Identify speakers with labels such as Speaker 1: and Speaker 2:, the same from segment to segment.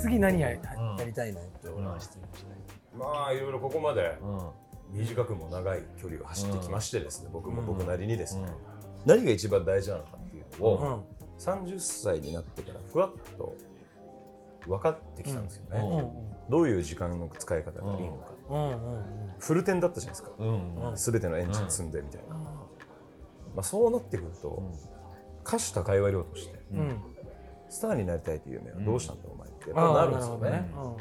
Speaker 1: 次何やりたい、
Speaker 2: うん
Speaker 1: やりたいのって俺は質問して、
Speaker 3: まあいろいろここまで
Speaker 2: うん
Speaker 3: 短くも長い距離を走ってきましてですね、僕も僕なりにですね、
Speaker 2: うん
Speaker 3: 何が一番大事なのかっていう
Speaker 1: う
Speaker 3: のを、
Speaker 1: ん
Speaker 3: 30歳になってからふわっと分かってきたんですよね、
Speaker 1: うん
Speaker 3: どういう時間の使い方がいいのか、
Speaker 1: うんうんうん
Speaker 3: フルテンだったじゃないですか、
Speaker 2: うんうん
Speaker 3: 全てのエンジン積んでみたいな、まあ、そうなってくると歌手高い割量として
Speaker 1: うんうん
Speaker 3: スターになりたいという夢はどうしたんだお前ってやっ
Speaker 1: あ
Speaker 3: ぱ
Speaker 1: あ
Speaker 3: なるんですよね
Speaker 1: なるほど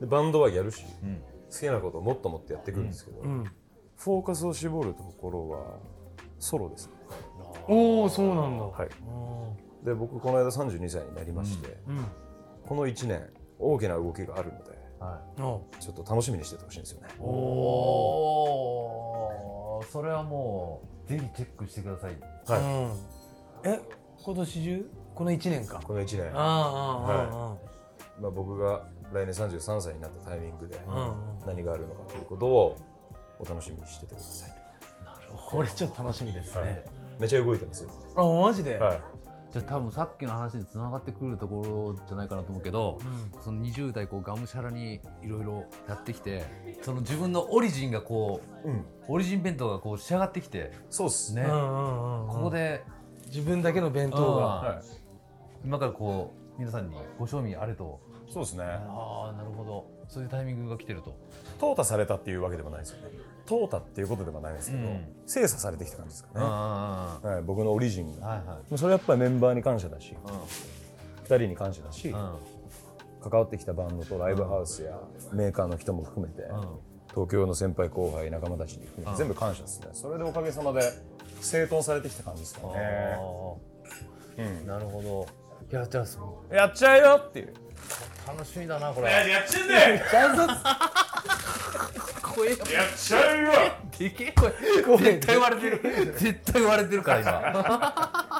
Speaker 3: でバンドはやるし
Speaker 2: うん
Speaker 3: 好きなことをもっともっとやっていくんですけど、
Speaker 1: うんうんうん
Speaker 3: フォーカスを絞るところはソロですね
Speaker 1: おおそうなんだ、
Speaker 3: はい
Speaker 1: うん
Speaker 3: で僕この間32歳になりまして、
Speaker 1: うん
Speaker 3: この1年大きな動きがあるので
Speaker 2: は
Speaker 1: お
Speaker 3: ちょっと楽しみにしててほしいんですよね
Speaker 2: い、おおそれはもうぜひチェックしてください
Speaker 3: はい
Speaker 1: うん、え今年中この一年か
Speaker 3: この1年
Speaker 1: ああ
Speaker 3: まあ、僕が来年33歳になったタイミングで
Speaker 1: ああああうんうん
Speaker 3: 何があるのかということをお楽しみにしててください
Speaker 1: これちょっと楽しみですね、
Speaker 3: はいめちゃ動いてますよ
Speaker 1: あマジで、
Speaker 3: はい
Speaker 2: じゃあ多分さっきの話でつながってくるところじゃないかなと思うけど
Speaker 1: うん
Speaker 2: その20代こうがむしゃらにいろいろやってきてその自分のオリジンがこう
Speaker 3: うん
Speaker 2: オリジン弁当がこう仕上がってきて
Speaker 3: そうっす
Speaker 2: ね、
Speaker 1: うんうんうんうん
Speaker 2: ここで
Speaker 1: 自分だけの弁当が
Speaker 3: は
Speaker 2: 今からこう皆さんにご賞味あれと
Speaker 3: いそうですね
Speaker 2: ああなるほどそういうタイミングが来てると
Speaker 3: 淘汰されたっていうわけでもないですよね淘汰っていうことでもないですけど、
Speaker 2: うん
Speaker 3: 精査されてきた感じですかね、
Speaker 2: あ
Speaker 3: はい、僕のオリジン
Speaker 2: あ
Speaker 3: が
Speaker 2: はいはい
Speaker 3: それはやっぱりメンバーに感謝だし2人に感謝だし、
Speaker 2: うん
Speaker 3: 関わってきたバンドとライブハウスやメーカーの人も含めて、東京の先輩後輩仲間たちに含め
Speaker 2: うん
Speaker 3: て全部感謝ですねそれでおかげさまで整頓されてきた感じですかね、
Speaker 2: うんなるほどいやじゃあそ
Speaker 3: やっちゃえよっていう
Speaker 2: う楽しみだなこれ
Speaker 3: やっちゃえね
Speaker 2: 声が
Speaker 3: やっちゃえよ
Speaker 2: でけえ声絶対割れてる絶対割れてるから今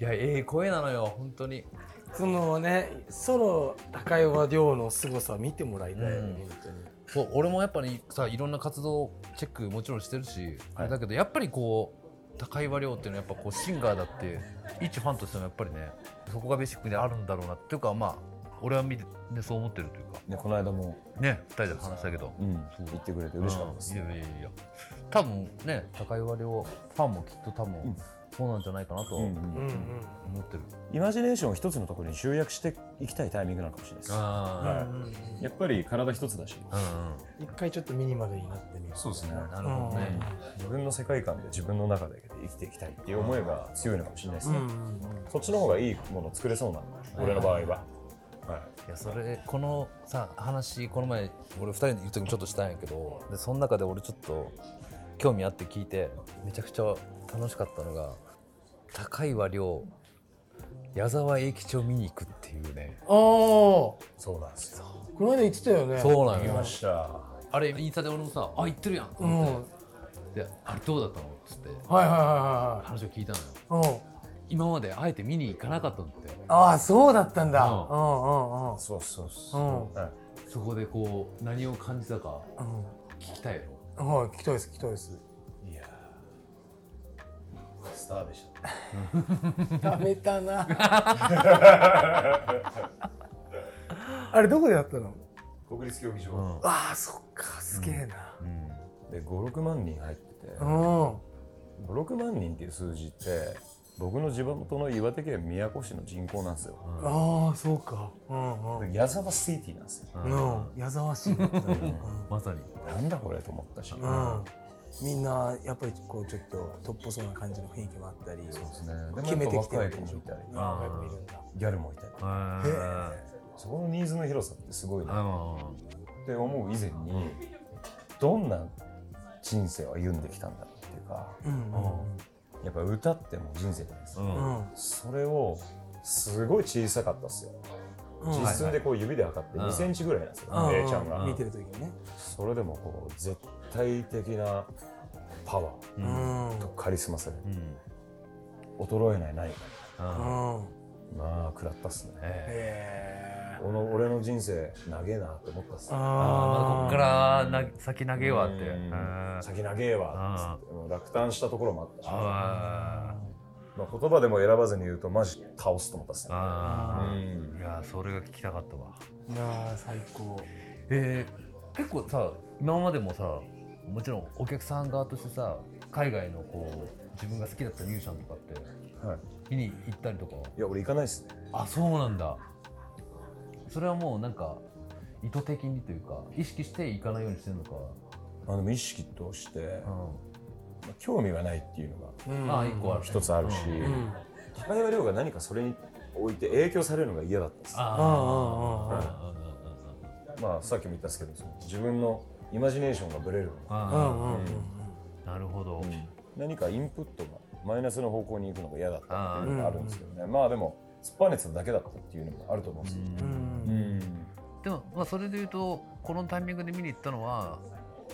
Speaker 2: いやええ声なのよ本当に
Speaker 1: そのねソロ高岩亮の凄さ見てもらいたい、ね
Speaker 2: うん
Speaker 1: 本当に
Speaker 2: そう俺もやっぱりさいろんな活動チェックもちろんしてるし、あれだけどやっぱりこう高岩亮っていうのはやっぱこうシンガーだって一ファンとしてもやっぱりねそこがベーシックにあるんだろうなっていうかまあ俺は見て、ね、そう思ってるというか
Speaker 3: ねこの間も、
Speaker 2: ね2人で話したけど
Speaker 3: うん、言ってくれて嬉しかったです、
Speaker 2: うんいやいやいや多分ね高岩亮ファンもきっと多
Speaker 3: うん
Speaker 2: 分そうなんじゃないかなと
Speaker 3: うんう
Speaker 2: 思
Speaker 3: ん
Speaker 1: うんうん
Speaker 2: ってる、
Speaker 3: イマジネーションを一つのところに集約していきたいタイミングなのかもしれないです
Speaker 2: あ
Speaker 3: はい
Speaker 1: うんうんうん
Speaker 3: やっぱり体一つだし
Speaker 2: あうんうん
Speaker 1: 一回ちょっとミニマルになってみる
Speaker 3: そうですね
Speaker 2: なるほどね、
Speaker 3: 自分の世界観で自分の中で生きていきたいっていう思いが強いのかもしれないです
Speaker 1: うん
Speaker 3: ね、
Speaker 1: うんうん
Speaker 3: そっちの方がいいものを作れそうなの俺の場合は、はい
Speaker 2: やそれこのさ話この前俺2人の時もちょっとしたんやけどでその中で俺ちょっと興味あって聞いてめちゃくちゃ楽しかったのが高岩亮矢沢永吉を見に行くっていうね
Speaker 1: ああこ
Speaker 3: い、そうなんですよ
Speaker 1: の間言ってたよね
Speaker 2: そうな
Speaker 3: 行
Speaker 2: の
Speaker 3: きま
Speaker 2: よ
Speaker 3: した
Speaker 2: あれインスタで俺もさ「あ行ってるやん」と
Speaker 1: うん
Speaker 2: 思って「であれどうだったの?」っつって
Speaker 1: はいは
Speaker 2: 話を聞いたのよ
Speaker 1: いはいはいうん
Speaker 2: 今まであえて見に行かなかったのって
Speaker 1: ああそうだったんだう
Speaker 2: うん
Speaker 1: う
Speaker 2: ん
Speaker 1: んうん
Speaker 3: そうそうそうう、
Speaker 1: ん
Speaker 3: はい、
Speaker 2: そこでこう何を感じたか聞きたいよ
Speaker 1: うんはい聞きたいです聞きたいです
Speaker 3: いやースターでしたね
Speaker 1: 食べたな あれどこでやったの
Speaker 3: 国立競技場、
Speaker 1: ああそっかすげえな
Speaker 2: うん
Speaker 3: で56万人入ってて、
Speaker 1: うん
Speaker 3: 56万人っていう数字って僕の地元の岩手県宮古市の人口なんですよ、
Speaker 1: ああそうかうんうん
Speaker 3: 矢沢シティなんですよ、
Speaker 1: うん矢沢市
Speaker 2: まさに
Speaker 3: なんだこれと思ったし、
Speaker 1: うんみんなやっぱりこうちょっととっぽそうな感じの雰囲気もあったり
Speaker 3: ね
Speaker 1: 決めてきてる
Speaker 3: る子もいたり
Speaker 1: ああやっぱいるんだ
Speaker 3: ギャルもいたり
Speaker 2: へえ
Speaker 3: そこのニーズの広さってすごいなっ
Speaker 2: あ
Speaker 3: て思う以前にどんな人生を歩んできたんだろうっていうか
Speaker 1: うん
Speaker 3: やっぱ歌っても人生じゃないです
Speaker 2: う
Speaker 3: か、
Speaker 1: うんんうん
Speaker 3: それをすごい小さかったっすよ、
Speaker 1: うん
Speaker 3: 実寸でこう指で測って
Speaker 2: はい
Speaker 3: 2センチぐらいなんですよ、
Speaker 1: うん
Speaker 3: 姉ちゃんが、
Speaker 1: 見てる時にね
Speaker 3: それでもこう絶対的なパワ
Speaker 2: う
Speaker 1: うんん
Speaker 3: ーとカリスマ性
Speaker 2: うん
Speaker 3: 衰えないない
Speaker 1: うん
Speaker 3: まあ食らったっすね
Speaker 1: へ
Speaker 2: ええ
Speaker 1: え
Speaker 3: この俺の人生長えなって思ったっすね
Speaker 2: ああまだこっからな先投げはって
Speaker 3: うん
Speaker 2: あ
Speaker 3: 先長えわっつってもう落胆したところもあったし
Speaker 2: あ
Speaker 3: まあ、言葉でも選ばずに言うとマジ倒すと思ったっすね
Speaker 2: あ
Speaker 3: う
Speaker 2: あい
Speaker 3: ん
Speaker 2: やそれが聞きたかったわ
Speaker 1: いやー最高
Speaker 2: えー結構さ今までもさもちろんお客さん側としてさ海外のこう自分が好きだったミュージシャンとかって
Speaker 3: はい、
Speaker 2: 見に行ったりとか
Speaker 3: いや俺行かないっすね
Speaker 2: あそうなんだそれはもうなんか意図的にというか意識して行かないようにしてるのか、
Speaker 3: あの意識として、ま
Speaker 2: う
Speaker 3: あ興味がないっていうの
Speaker 1: うん
Speaker 2: あ
Speaker 3: が
Speaker 2: あ一個あるね
Speaker 3: 一つあるし、
Speaker 2: うん
Speaker 1: うん
Speaker 3: 高山亮が何かそれにおいて影響されるのが嫌だったんです
Speaker 2: あ
Speaker 3: まあさっきも言ったんですけどその自分のイマジネーションがぶれるの
Speaker 2: ああ
Speaker 1: うんう
Speaker 2: あ
Speaker 1: んうん
Speaker 2: なるほど、
Speaker 3: 何かインプットがマイナスの方向に行くのが嫌だったっていうのが
Speaker 1: あー
Speaker 3: あるんですけどね、まあでも突っぱねてただけだったっていうのもあると思うんですよ、
Speaker 1: う
Speaker 3: うんん
Speaker 2: でも、まあ、それでいうとこのタイミングで見に行ったのは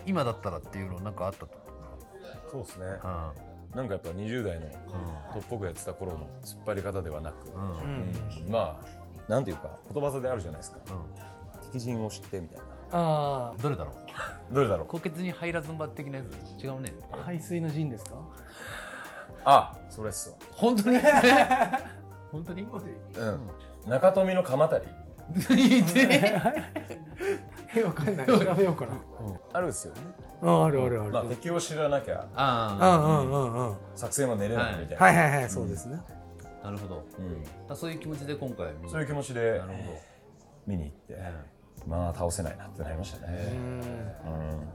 Speaker 2: 今だったらっていうのなんかあったと
Speaker 3: そうですね
Speaker 2: あ
Speaker 3: なんかやっぱ20代の
Speaker 2: あ
Speaker 3: トップ僕やってた頃の突っ張り方ではなく、
Speaker 2: うんうん
Speaker 1: うん
Speaker 3: うんまあなんていうか言葉座であるじゃないですか
Speaker 2: う
Speaker 3: 敵陣を知ってみたいな
Speaker 1: あ
Speaker 2: んどれだろう
Speaker 3: どれだろう
Speaker 2: 高血に入らずんば的なやつ違うね
Speaker 1: あ排水の陣ですか
Speaker 3: あそれっすわ
Speaker 2: 本当に 本当に
Speaker 3: うん中富の鎌足り
Speaker 2: 似てね
Speaker 1: えわかんない調べようかな
Speaker 3: あるんですよね
Speaker 1: ああるあるある
Speaker 3: まあ敵を知らなきゃ
Speaker 2: あ
Speaker 1: うんうんうんうん
Speaker 3: 作戦は練れないみたいな、
Speaker 1: はいはいはいそうですね
Speaker 2: あなるほど
Speaker 3: うん
Speaker 2: あそういう気持ちで今回見に
Speaker 3: そういう気持ちで
Speaker 2: なるほど、
Speaker 3: 見に行って、まあ倒せないなってなりましたね、うん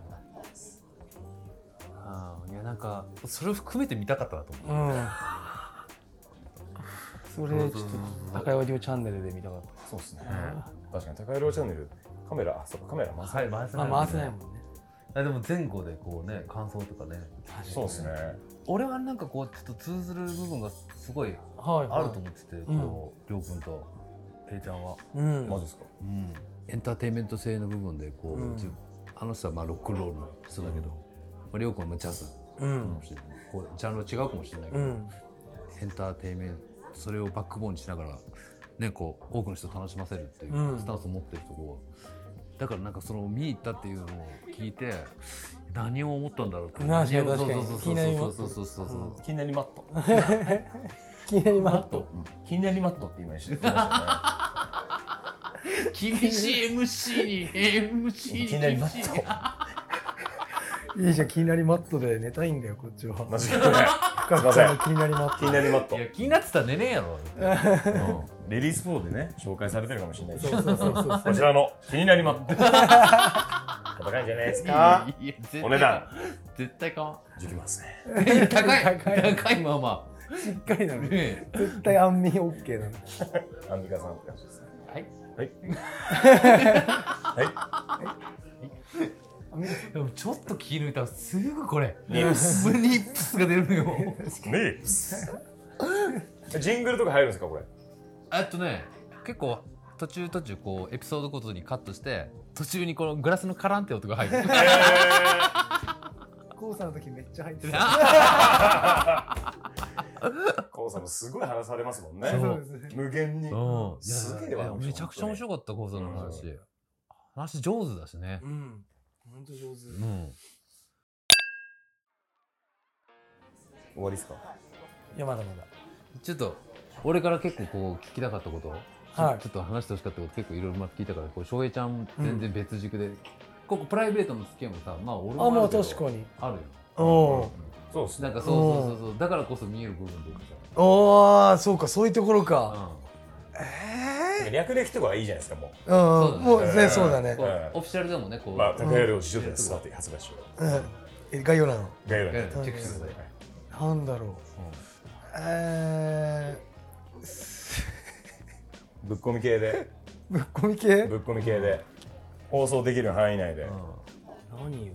Speaker 2: ああいやなんかそれを含めて見たかったなと思う
Speaker 1: うんうんそれちょっと高山亮チャンネルで見たかっ
Speaker 3: そうですね、確かに高井郎チャンネルカメラあそうかカメラ回せない、
Speaker 2: い回せ
Speaker 1: たあ回せないもんね
Speaker 2: あでも前後でこうね感想とかね
Speaker 3: そうですね
Speaker 2: 俺はなんかこうちょっと通ずる部分がすごい
Speaker 1: はいはい
Speaker 2: あると思ってて、こうりょうくんとペイちゃんは、
Speaker 1: うん
Speaker 3: マジですか
Speaker 2: うん、エンターテインメント性の部分でこう、
Speaker 1: うん
Speaker 2: 自分あの人はまあロックンロールの人だけど、まあ、りょうくんはジャズ
Speaker 1: うん
Speaker 2: ジャンルは違うかもしれないけ
Speaker 1: う
Speaker 2: ど、
Speaker 1: ん
Speaker 2: エンターテインメントそれをバックボーンにしながら、ね、こう多くの人を楽しませるっていううんスタンスを持ってる人を、だからなんかその見に行ったっていうのを聞いて何を思ったんだろうって
Speaker 1: な確かに
Speaker 2: 何を
Speaker 1: 確かに
Speaker 2: そうそうそうそうそうそうそうそう
Speaker 3: 気になりマット
Speaker 1: 気になります
Speaker 3: 気になりマットって今言いま した
Speaker 2: 厳しい MC に MC
Speaker 3: ね
Speaker 2: に
Speaker 3: 気になりマット
Speaker 1: いいじゃん気になりマットで寝たいんだよこっちは
Speaker 3: マジ かねすいません
Speaker 1: 気になりマッ
Speaker 3: 気になりマッ
Speaker 2: い
Speaker 3: ト
Speaker 2: や気になってたら寝ねえやろ
Speaker 3: うんレディース4でね紹介されてるかもしれないけど
Speaker 1: トそうそうそう
Speaker 3: こちらの気になりマット高いんじゃないですか
Speaker 2: いや絶対
Speaker 3: お値段
Speaker 2: 絶対買わ
Speaker 3: できますね
Speaker 2: んいや高い
Speaker 1: 高い
Speaker 2: 高いまま
Speaker 1: しっかりなの
Speaker 2: ね
Speaker 1: ね
Speaker 2: え
Speaker 1: 絶対安眠 OK なの
Speaker 3: アンミカさんって感じですね
Speaker 2: はい
Speaker 3: はいは
Speaker 2: でもちょっと気抜いたらすぐこれ
Speaker 3: いニース
Speaker 2: スニップスが出るのよ
Speaker 3: ニースジングルとか入るんですかこれ
Speaker 2: えっとね結構途中途中こうエピソードごとにカットして途中にこのグラスのカランって音が入る
Speaker 1: コウさんの時めっちゃ入ってた
Speaker 2: あ
Speaker 3: コウさんもすごい話されますもんね
Speaker 2: そう
Speaker 1: そうですね
Speaker 3: 無限に
Speaker 2: うんいや
Speaker 3: すげえわ
Speaker 2: いやめちゃくちゃ面白かった講座の話、
Speaker 3: うん
Speaker 2: 話上手だしね
Speaker 1: うん本当上手
Speaker 2: うん
Speaker 3: 終わりですか
Speaker 1: いやまだまだ
Speaker 2: ちょっと俺から結構こう聞きたかったこと、
Speaker 1: はい
Speaker 2: ちょっと話してほしかったこと結構いろいろ聞いたからこう翔平ちゃん全然別軸で、ここプライベートの付き合いもさまあ俺も
Speaker 1: あも
Speaker 2: る
Speaker 1: う
Speaker 2: けど
Speaker 1: 確かに
Speaker 2: あるよ
Speaker 1: お
Speaker 3: そうです
Speaker 2: な
Speaker 3: ね
Speaker 2: んかそうそうそうそうだからこそ見える部分でいいじ
Speaker 1: ーおーそうかそういうところ
Speaker 2: ゃ
Speaker 1: か
Speaker 2: ん、うん
Speaker 1: え
Speaker 3: 略歴とかはいいじゃないですかも
Speaker 1: えうん
Speaker 2: そうだね
Speaker 1: もう
Speaker 3: え
Speaker 1: ね
Speaker 3: ー
Speaker 1: そうだね
Speaker 2: こう
Speaker 3: ええ
Speaker 2: オフィシャルでもねこ
Speaker 3: う
Speaker 2: う、
Speaker 3: まあ
Speaker 2: チ
Speaker 3: 高谷亮史上ですだって恥ずかしい
Speaker 1: うんえ概要欄の
Speaker 3: 概要欄に
Speaker 2: ェックしてください、
Speaker 1: なんだろうえ
Speaker 3: ぶっこみ系で
Speaker 1: ーぶっこみ系
Speaker 3: ぶっこみ系で放送できる範囲内で
Speaker 1: 何よ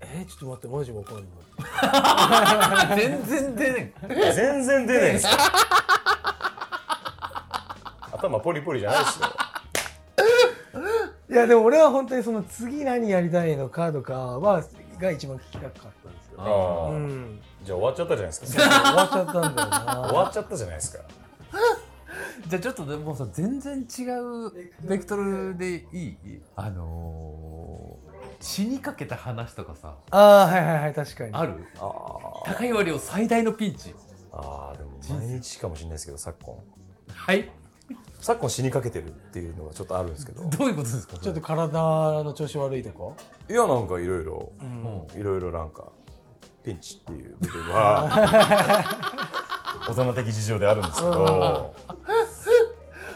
Speaker 1: えー、ちょっと待ってマジわかんない
Speaker 2: うん全然 出ねえ
Speaker 3: 全然出ないんです よ頭ポリポリじゃないですよ
Speaker 1: いやでも俺は本当にその次何やりたいのかとかはが一番聞きたかったんですよ
Speaker 2: あ
Speaker 3: ああ、
Speaker 1: うん
Speaker 3: じゃあ終わっちゃったじゃないです
Speaker 1: 終
Speaker 3: か
Speaker 1: わっちゃったんだよ
Speaker 3: 終
Speaker 1: な
Speaker 3: わっちゃったじゃないですか
Speaker 2: じゃあちょっとでもさ全然違うベクトルでいいあのー、死にかけた話とかさ
Speaker 1: ああはいはいはい確かに
Speaker 2: ある
Speaker 3: あ
Speaker 2: 高い割を最大のピンチ
Speaker 3: ああでも毎日かもしれないですけど昨今
Speaker 2: はい
Speaker 3: 昨今死にかけてるっていうのがちょっとあるんですけど
Speaker 2: どういうことですか
Speaker 1: ちょっと体の調子悪いとこ
Speaker 3: いやなんかいろいろいろいろなんかピンチっていう部分は 大人的事情であるんですけど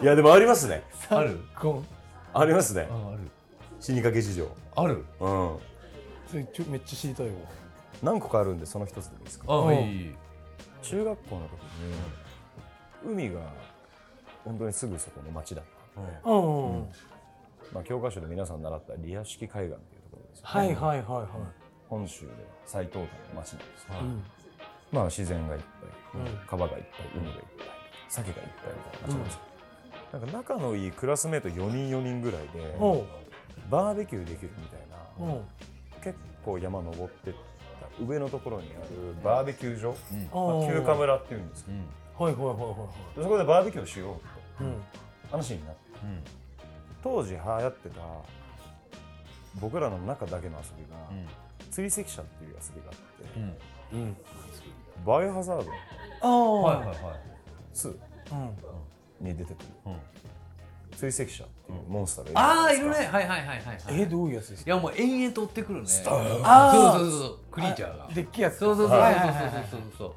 Speaker 3: いやでもありますね
Speaker 2: ある
Speaker 1: こ
Speaker 3: ありますね
Speaker 2: あある
Speaker 3: 死にかけ事情
Speaker 2: ある
Speaker 3: うん
Speaker 1: うそれちょめっちゃ知りたいわ
Speaker 3: 何個かあるんでその一つでもいいですか
Speaker 2: あ
Speaker 1: うん
Speaker 2: いい
Speaker 3: 中学校の時に海が本当にすぐそこの町だったので、
Speaker 1: うん、うん、
Speaker 3: まあ、教科書で皆さん習ったリア式海岸っていうところですよね、
Speaker 1: はいはいはいは
Speaker 3: 本州で最東端の町なんですよ
Speaker 1: い、うん
Speaker 3: まあ自然がいっぱい、
Speaker 1: うん
Speaker 3: 川がいっぱい海がいっぱい鮭がいっぱいみたいな町なんですよ、なんか仲のいいクラスメート4人4人ぐらいで
Speaker 1: おう
Speaker 3: バーベキューできるみたいな、
Speaker 1: うん
Speaker 3: 結構山登ってった上のところにあるバーベキュー場、
Speaker 2: うん
Speaker 1: おう
Speaker 3: まあ、休暇村っていうんですけ
Speaker 2: う
Speaker 3: ど
Speaker 2: ん
Speaker 1: はいはいはいは
Speaker 3: でそこでバーベキューをしようと
Speaker 1: いはいうん
Speaker 3: 話になって
Speaker 2: うん
Speaker 3: 当時流行ってた僕らの中だけの遊びが、
Speaker 2: うん
Speaker 3: 釣り関車っていう遊びがあって、
Speaker 2: うん
Speaker 1: うん
Speaker 3: バイオハザード
Speaker 1: ああ
Speaker 2: はいはいはい
Speaker 3: 2
Speaker 1: うん
Speaker 3: に出てくる
Speaker 2: うん
Speaker 3: 追跡者っていうモンスター
Speaker 2: あ
Speaker 3: が
Speaker 2: あ
Speaker 3: い
Speaker 2: い
Speaker 3: る
Speaker 2: る
Speaker 3: じゃ
Speaker 2: ね
Speaker 3: ないですか
Speaker 2: はいはいはいはいはい
Speaker 1: えどういうやつです
Speaker 2: い
Speaker 1: か
Speaker 2: やもう延々と追ってくるね
Speaker 1: あー
Speaker 2: そうそうそうそうクリーチャーが
Speaker 1: でっきいやつ
Speaker 2: そうそうそうそう
Speaker 1: はいはいはいはい
Speaker 2: そうそうそう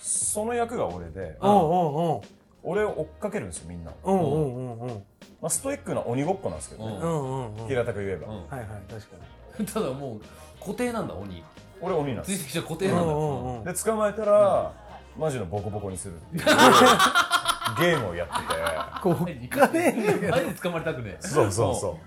Speaker 3: その役が俺で
Speaker 1: お
Speaker 3: 俺を追っかけるんですよみんな、
Speaker 1: うんうんうんうんうん
Speaker 3: まあ、ストイックな鬼ごっこなんですけどね、
Speaker 1: うんうんうんうんはい
Speaker 3: 平たく言えば、
Speaker 2: うん
Speaker 1: はい確かに
Speaker 2: ただもう固定なんだ鬼
Speaker 3: 俺鬼なんで
Speaker 2: 追
Speaker 3: す
Speaker 2: 跡者固定
Speaker 1: う
Speaker 2: なんだ
Speaker 1: んうんうん
Speaker 3: で捕まえたら、マジのボコボコにするっていうゲームをやってて
Speaker 1: こう
Speaker 2: お金マジで捕まりたくねえ
Speaker 3: そうそうそ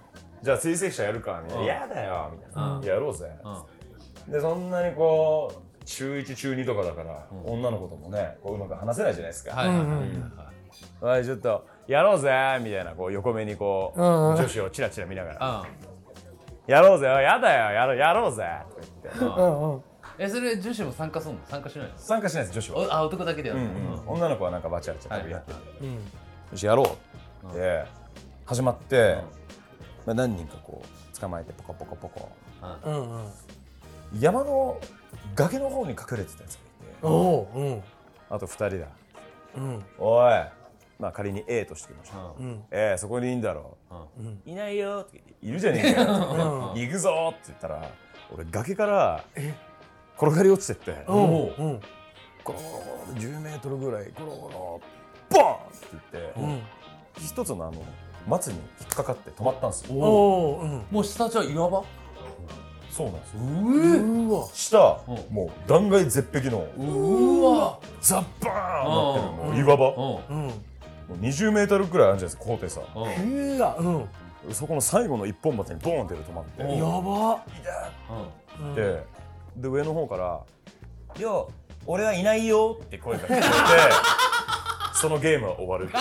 Speaker 3: うじゃあ追跡者やるかみたいな
Speaker 2: う
Speaker 3: 「
Speaker 2: ん
Speaker 3: 嫌だよ」みたいな
Speaker 2: う
Speaker 3: 「
Speaker 2: ん
Speaker 3: やろうぜ」
Speaker 2: うんうん
Speaker 3: でそんなにこう中1中2とかだから、
Speaker 2: うん
Speaker 3: 女の子ともねこううまく話せないじゃないですか、
Speaker 2: はいはいはいは
Speaker 1: う
Speaker 2: い
Speaker 1: ん
Speaker 2: はい
Speaker 3: おいちょっとやろうぜみたいなこう横目にこう、
Speaker 1: うんうん
Speaker 3: 女子をチラチラ見ながら
Speaker 2: あ
Speaker 3: 「やろうぜよやだよやろやろうぜ」とか言って
Speaker 1: うんうん
Speaker 2: えそれ女子も参加するの参加しないの
Speaker 3: 参加しないです女子は、
Speaker 2: おあ男だけでや
Speaker 3: う
Speaker 2: る
Speaker 3: ん
Speaker 2: の
Speaker 3: うん女の子はなんかバチャバチャ多分やってて、
Speaker 1: うん
Speaker 3: よしやろうって、始まって、まあ、何人かこう捕まえてポコポコポコ
Speaker 1: うんうん
Speaker 3: 山の崖の方に隠れてたやつがいて
Speaker 1: おううん
Speaker 3: あと2人だ
Speaker 1: うん
Speaker 3: おいまあ仮に A としてみましょう、
Speaker 2: うん
Speaker 1: うん
Speaker 3: ええそこにいいんだろう
Speaker 1: うん
Speaker 3: いないよっているじゃねえかよ、
Speaker 1: うん
Speaker 3: 行くぞーって言ったら俺崖から
Speaker 1: え
Speaker 3: 転がり落ちてって
Speaker 1: お
Speaker 2: お
Speaker 1: ううん
Speaker 3: ゴロゴロゴロ10メートルぐらいゴロゴロボーンって言って、
Speaker 1: うん
Speaker 3: 一つのあの松に引っかかって止まったんですよ
Speaker 2: おお
Speaker 1: おううん
Speaker 2: もう下じゃ岩場
Speaker 3: そうなんですよ
Speaker 1: うわ
Speaker 3: 下、
Speaker 2: うん
Speaker 3: もう断崖絶壁の
Speaker 2: うわ
Speaker 3: ザッバーンなってる
Speaker 1: うん
Speaker 3: もう岩場、
Speaker 2: う
Speaker 3: も
Speaker 2: ん
Speaker 1: うん
Speaker 3: う20メートルくらいあるんじゃないですか高低差
Speaker 2: うん
Speaker 1: うわうん
Speaker 3: そこの最後の一本松にボーンって止まって、
Speaker 2: うん
Speaker 1: やば
Speaker 2: うん
Speaker 1: うん
Speaker 3: でで上の方から「よ俺はいないよ」って声が聞こえてそのゲームは終わるってい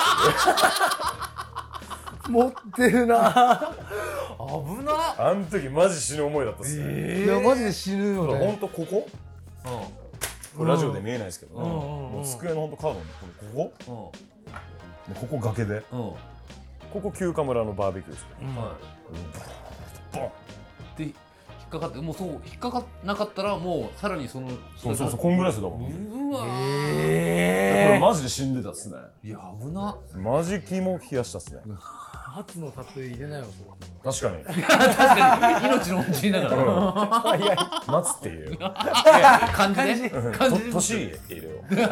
Speaker 3: う
Speaker 1: 持ってるな
Speaker 2: 危な
Speaker 3: あの時マジ死ぬ思いだったっすね、
Speaker 1: いやマジで死ぬよ
Speaker 3: ほん
Speaker 1: ね
Speaker 3: とここ
Speaker 2: う
Speaker 3: これラジオで見えないですけど、
Speaker 2: うん
Speaker 1: うん
Speaker 3: もう机のほんとカードの
Speaker 2: んう
Speaker 3: こ
Speaker 2: ん
Speaker 3: こここ崖で
Speaker 2: うん
Speaker 3: ここ休暇村のバーベキューですよ
Speaker 1: うん
Speaker 2: は
Speaker 3: ボン
Speaker 2: いで引っかかってもうそう引っかかなかったらもうさらにその
Speaker 3: そうそうそうこんぐらいですよだか
Speaker 2: う
Speaker 3: ら、
Speaker 2: わ
Speaker 3: これ
Speaker 1: ええ
Speaker 3: マジで死んでたっすね
Speaker 2: いや危な
Speaker 3: マジ肝を冷やしたっすね
Speaker 1: 初のタトゥー入れないわも
Speaker 3: 確かに
Speaker 2: 確かに命の恩人だから
Speaker 3: 早い待つっていう
Speaker 2: 感じね感
Speaker 3: と
Speaker 2: じ
Speaker 3: 年家って入れよう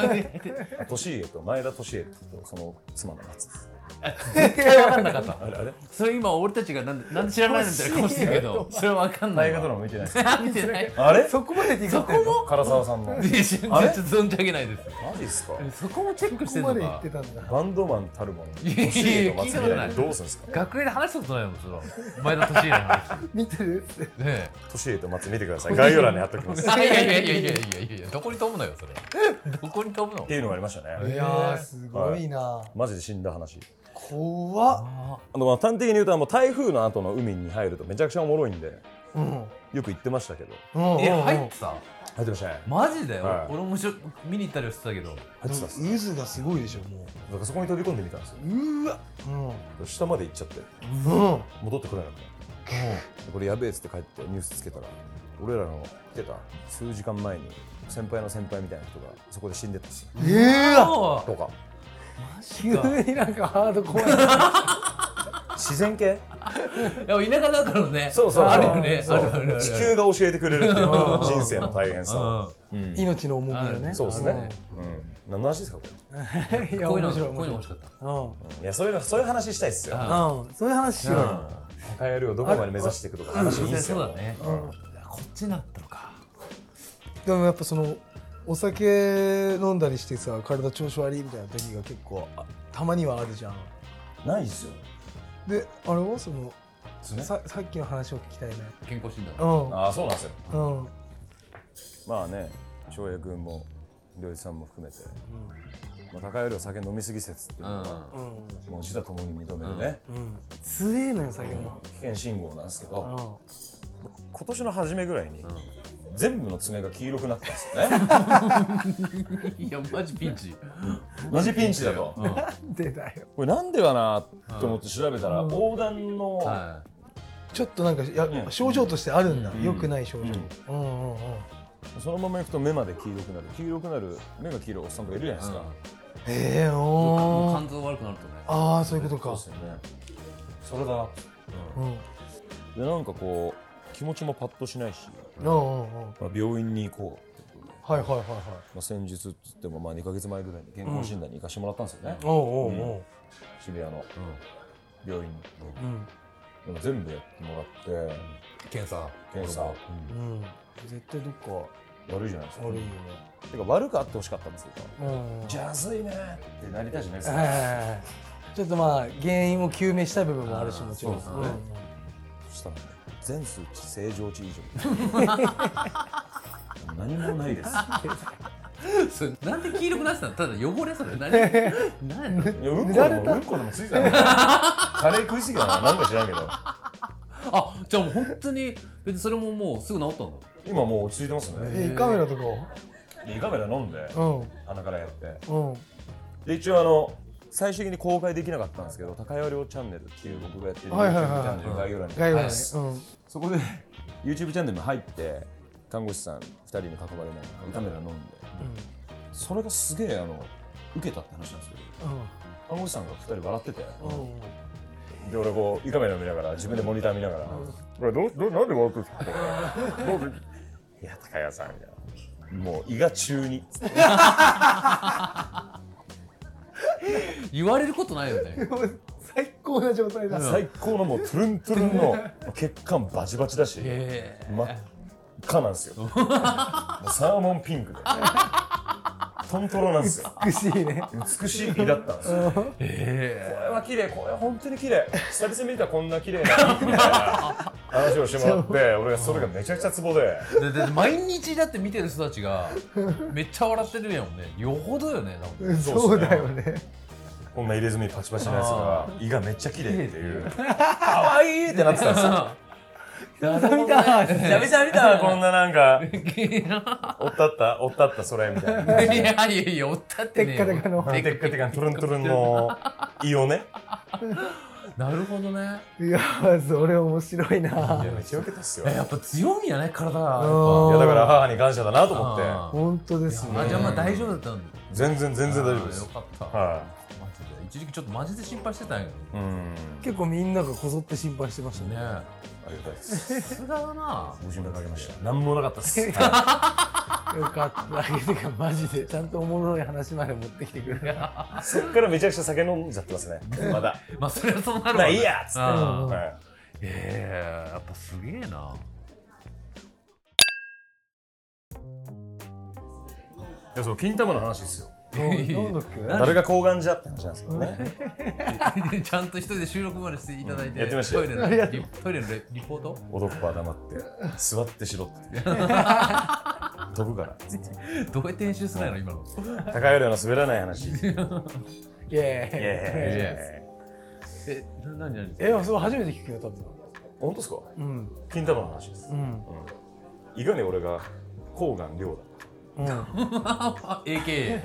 Speaker 3: あ年家と前田年家とその妻の夏です
Speaker 2: 分かんなかった
Speaker 3: あれあれ
Speaker 2: それ今俺たちがなんでなんで知らないのみたいな顔してるけどそれわかんない
Speaker 3: 大
Speaker 2: わ
Speaker 3: 河ドラマ見てないです
Speaker 2: 見てない
Speaker 3: あれ
Speaker 1: うそこまでで行くってんの
Speaker 3: 唐沢さんの
Speaker 2: いや
Speaker 3: マ
Speaker 2: 全然
Speaker 3: あれ
Speaker 2: 存じ上げないです
Speaker 3: ジっすか
Speaker 2: そこもチェックし
Speaker 1: そ
Speaker 2: てん
Speaker 1: こま
Speaker 2: の
Speaker 1: で行っ
Speaker 2: か
Speaker 1: てたんだ
Speaker 3: バンドマンたるもの
Speaker 2: いやいや
Speaker 3: 年家と夏み
Speaker 2: 聞い
Speaker 3: たい
Speaker 2: たことない
Speaker 3: にどうするんですか
Speaker 2: 学園で話したことないもんそれは前田利家の話
Speaker 1: 見てるって
Speaker 2: ね
Speaker 3: 年家と夏見てください概要欄に貼っときます
Speaker 2: え
Speaker 3: っ
Speaker 2: いやいやいやいやいやいやいやどこに飛ぶのよそれどこに飛ぶの
Speaker 3: ていうのがありました
Speaker 1: い
Speaker 3: ね
Speaker 1: やーすごいな
Speaker 3: マジで死んだ話
Speaker 1: 怖っ
Speaker 2: あ
Speaker 3: あのまあ端的に言うとあの台風の後の海に入るとめちゃくちゃおもろいんで
Speaker 1: うん
Speaker 3: よく言ってましたけど
Speaker 1: うん
Speaker 2: ーえ入ってた
Speaker 3: 入ってましたね
Speaker 2: マジだよ、
Speaker 3: はい
Speaker 2: 俺もしょ見に行ったりはしてたけど
Speaker 3: 入ってたっすだ
Speaker 1: 渦がすごいでしょも
Speaker 3: からそこに飛び込んでみたんですよ
Speaker 1: ううわうん
Speaker 3: 下まで行っちゃって
Speaker 1: うん
Speaker 3: 戻ってこれなくてこれやべえっつって帰ってニュースつけたら俺らの来てた数時間前に先輩の先輩みたいな人がそこで死んでたんですよ
Speaker 1: ええー、
Speaker 3: とか
Speaker 1: 急になんかハードコア
Speaker 3: 自然系
Speaker 2: やっぱ田舎だからね
Speaker 3: そうそう
Speaker 2: あるよね
Speaker 3: そう
Speaker 2: あるあるあるある
Speaker 3: 地球が教えてくれるっていう人生の大変
Speaker 2: う
Speaker 3: さ、
Speaker 2: ん
Speaker 3: うん
Speaker 1: な 命の重みがね。
Speaker 3: そうです
Speaker 2: ある
Speaker 3: ね、うん、何の話ですかこれ
Speaker 1: うん。いや
Speaker 2: こういうの
Speaker 1: 面
Speaker 2: こ
Speaker 1: 白
Speaker 2: う
Speaker 1: い
Speaker 2: いうの
Speaker 1: 面白い。
Speaker 2: 欲しかった
Speaker 1: うん
Speaker 3: うんいやそういうのそういう話したいっすよ、
Speaker 2: あ
Speaker 1: うん。そういう話し
Speaker 3: う
Speaker 1: ようよ。
Speaker 3: ん、高いをどこまで目指していくとか話いいっす
Speaker 2: そ
Speaker 3: よ
Speaker 2: うだね
Speaker 3: うん
Speaker 2: こっちになったのか
Speaker 1: でもやっぱそのお酒飲んだりしてさ体調子悪いみたいな時が結構あたまにはあるじゃん
Speaker 3: ないっすよ
Speaker 1: であれはその
Speaker 3: 常
Speaker 1: ささっきの話を聞きたいね
Speaker 2: 健康診断
Speaker 1: うん
Speaker 3: ああそうなんですよ
Speaker 1: うんうん
Speaker 3: まあね翔平君も良一さんも含めて、まあ、高いよりは酒飲みすぎ説っていう
Speaker 2: う
Speaker 3: の
Speaker 2: ん
Speaker 3: は、もう自他ともに認めるね、
Speaker 1: うん強えのよ酒も
Speaker 3: 危険信号なんですけ
Speaker 1: う
Speaker 3: ど
Speaker 1: ん
Speaker 3: 今年の初めぐらいに、
Speaker 2: ん
Speaker 3: 全部の爪が黄色くなったんですよね
Speaker 2: いやマジピンチ
Speaker 3: マジピンチだと、
Speaker 2: うん
Speaker 1: 出たよ
Speaker 3: これなんでかなと思って調べたら、横断の、
Speaker 2: は
Speaker 1: ちょっとなんかや
Speaker 3: ね
Speaker 1: 症状としてあるんだ
Speaker 3: うん
Speaker 1: 良くない症状うんうんうん
Speaker 3: そのまま行くと目まで黄色くなる黄色くなる目が黄色いおっさんとかいるじゃない
Speaker 2: い
Speaker 3: ですか、
Speaker 1: へえ
Speaker 2: もう
Speaker 1: おー
Speaker 2: 肝臓悪くなるとね
Speaker 1: ああそういうことか
Speaker 3: そうですよねそれだな
Speaker 1: うん
Speaker 3: でなんかこう気持ちもパッとしないし、
Speaker 1: うんうんうん
Speaker 3: まあ、病院に行こうってことで
Speaker 1: はいはいはいは
Speaker 3: まあ、先日っつってもまあ2か月前ぐらいに健康診断に行かしてもらったんですよね
Speaker 1: い、おうおうおう
Speaker 3: 渋谷の
Speaker 2: う
Speaker 3: 病院に
Speaker 1: うん
Speaker 3: でも全部やってもらって
Speaker 2: ん検査
Speaker 3: 検査、
Speaker 1: うん絶対どっか
Speaker 3: 悪いじゃないですか
Speaker 1: 悪いよね
Speaker 3: てか悪くあってほしかったんですけど
Speaker 1: うんうん
Speaker 3: 「じゃずいね」ってなりたいじゃないですか
Speaker 1: はいちょっとまあ原因を究明したい部分もあるしもちろん
Speaker 2: あーそうですね
Speaker 3: そしたらね全数値正常値以 上何もな いです
Speaker 2: それなんで黄色くなってたのただ汚れそれ何何
Speaker 3: いやうんこ
Speaker 1: 塗
Speaker 3: で
Speaker 1: られ
Speaker 3: も
Speaker 1: た
Speaker 3: うんこでもついてたのカレー食いすぎたのかななんか知らんけど
Speaker 2: あじゃあもう本当に別にそれももうすぐ治ったんだ
Speaker 3: 今もう落ち着いてます
Speaker 1: うん
Speaker 3: ね
Speaker 1: えカメラとか
Speaker 3: 胃カメラ飲んで
Speaker 1: うん
Speaker 3: 鼻からやって
Speaker 1: うん
Speaker 3: で一応あの最終的に公開できなかったんですけど高山亮チャンネルっていう僕がやってる YouTube
Speaker 1: はいは
Speaker 3: チ
Speaker 1: いはい
Speaker 3: ャンネル概要欄に
Speaker 1: 概要欄
Speaker 3: はい
Speaker 1: ねうん
Speaker 3: そこで YouTube チャンネルに入って看護師さん2人に囲まれながら胃カメラ飲んでそれがすげえあの受けたって話なんですけど看護師さんが2人笑ってて
Speaker 1: うんうんうん
Speaker 3: で俺こう胃カメラ見ながら自分でモニター見ながら「これどうどうなんで笑ってんすかこれどうでいや高谷さん」みたいなもう胃が中に
Speaker 2: 言われることないよね
Speaker 1: もう最高な状態だ
Speaker 2: うん
Speaker 3: 最高のもうトゥルントゥルンの血管バチバチだし
Speaker 2: へえ
Speaker 3: 真っ赤なんですよもうサーモンピンクで、ね、トントロなんですよ
Speaker 1: 美しいね
Speaker 3: 美しい胃だったんですよこれは綺麗これは本当に綺麗久々に見たこんな綺麗な胃みたいな話をしてもらって俺がそれがめちゃくちゃツボで
Speaker 2: でで毎日だって見てる人たちがめっちゃ笑ってるやんねよほどよね多分
Speaker 1: うんそうだよね
Speaker 3: こんな入れ墨パチパチのやつが胃がめっちゃ綺麗っていう可愛いってなってたんですよ
Speaker 2: な
Speaker 1: 痛みだ
Speaker 3: めちゃめちゃ見たわこんななんかおったったおったったそれみたいない
Speaker 2: やいやいやおったってね
Speaker 1: テッカテカの
Speaker 3: テッカテカのトゥルントゥルンの胃をね
Speaker 2: なるほどね
Speaker 1: いやそれ面白いない
Speaker 3: やめっちゃ受けたっすよ
Speaker 2: えやっぱ強みやね体が
Speaker 1: うん
Speaker 3: いやだから母に感謝だなと思って
Speaker 2: あー
Speaker 1: 本当ですね
Speaker 2: あじゃあまあ大丈夫だったんだ
Speaker 3: 全然全然大丈夫で
Speaker 2: あ
Speaker 3: す
Speaker 2: ーよかった
Speaker 3: は
Speaker 2: マジで一時期ちょっとマジで心配してたんやけ
Speaker 3: いうん
Speaker 1: 結構みんながこぞって心配してまし
Speaker 2: どね
Speaker 1: たね
Speaker 3: ありがたいで
Speaker 2: さ
Speaker 3: す
Speaker 2: すがだな
Speaker 3: ご心配かけました何もなかったっす
Speaker 1: よかったあげてかマジでちゃんとおもろい話まで持ってきてくれる
Speaker 3: そっからめちゃくちゃ酒飲んじゃってますねまだ
Speaker 2: まあそれはそうなる
Speaker 3: ま
Speaker 2: わ
Speaker 3: あ
Speaker 2: ね
Speaker 3: いいやっつって
Speaker 2: うん
Speaker 3: は
Speaker 2: ええやっぱすげえな
Speaker 3: えいやそう金玉の話ですよ
Speaker 1: 飲んどく
Speaker 3: 誰が抗がんじゃって話なんですけどね
Speaker 2: ちゃんと一人で収録までしていただいて、
Speaker 3: やってましたよ
Speaker 2: トイレの
Speaker 1: ありがと
Speaker 2: リトイレのレリポート
Speaker 3: 男は黙って座ってしろって飛ぶから
Speaker 2: どうやって編集すないの今の
Speaker 3: 高いよりの滑らない話イ
Speaker 1: イエーイ
Speaker 3: エ
Speaker 2: えな何何
Speaker 1: えそれ初めて聞くよ多分
Speaker 3: ーイ本当ですか
Speaker 1: うん
Speaker 3: 金玉の話です
Speaker 1: うん
Speaker 3: いかに俺が抗がん量
Speaker 1: うん
Speaker 2: AK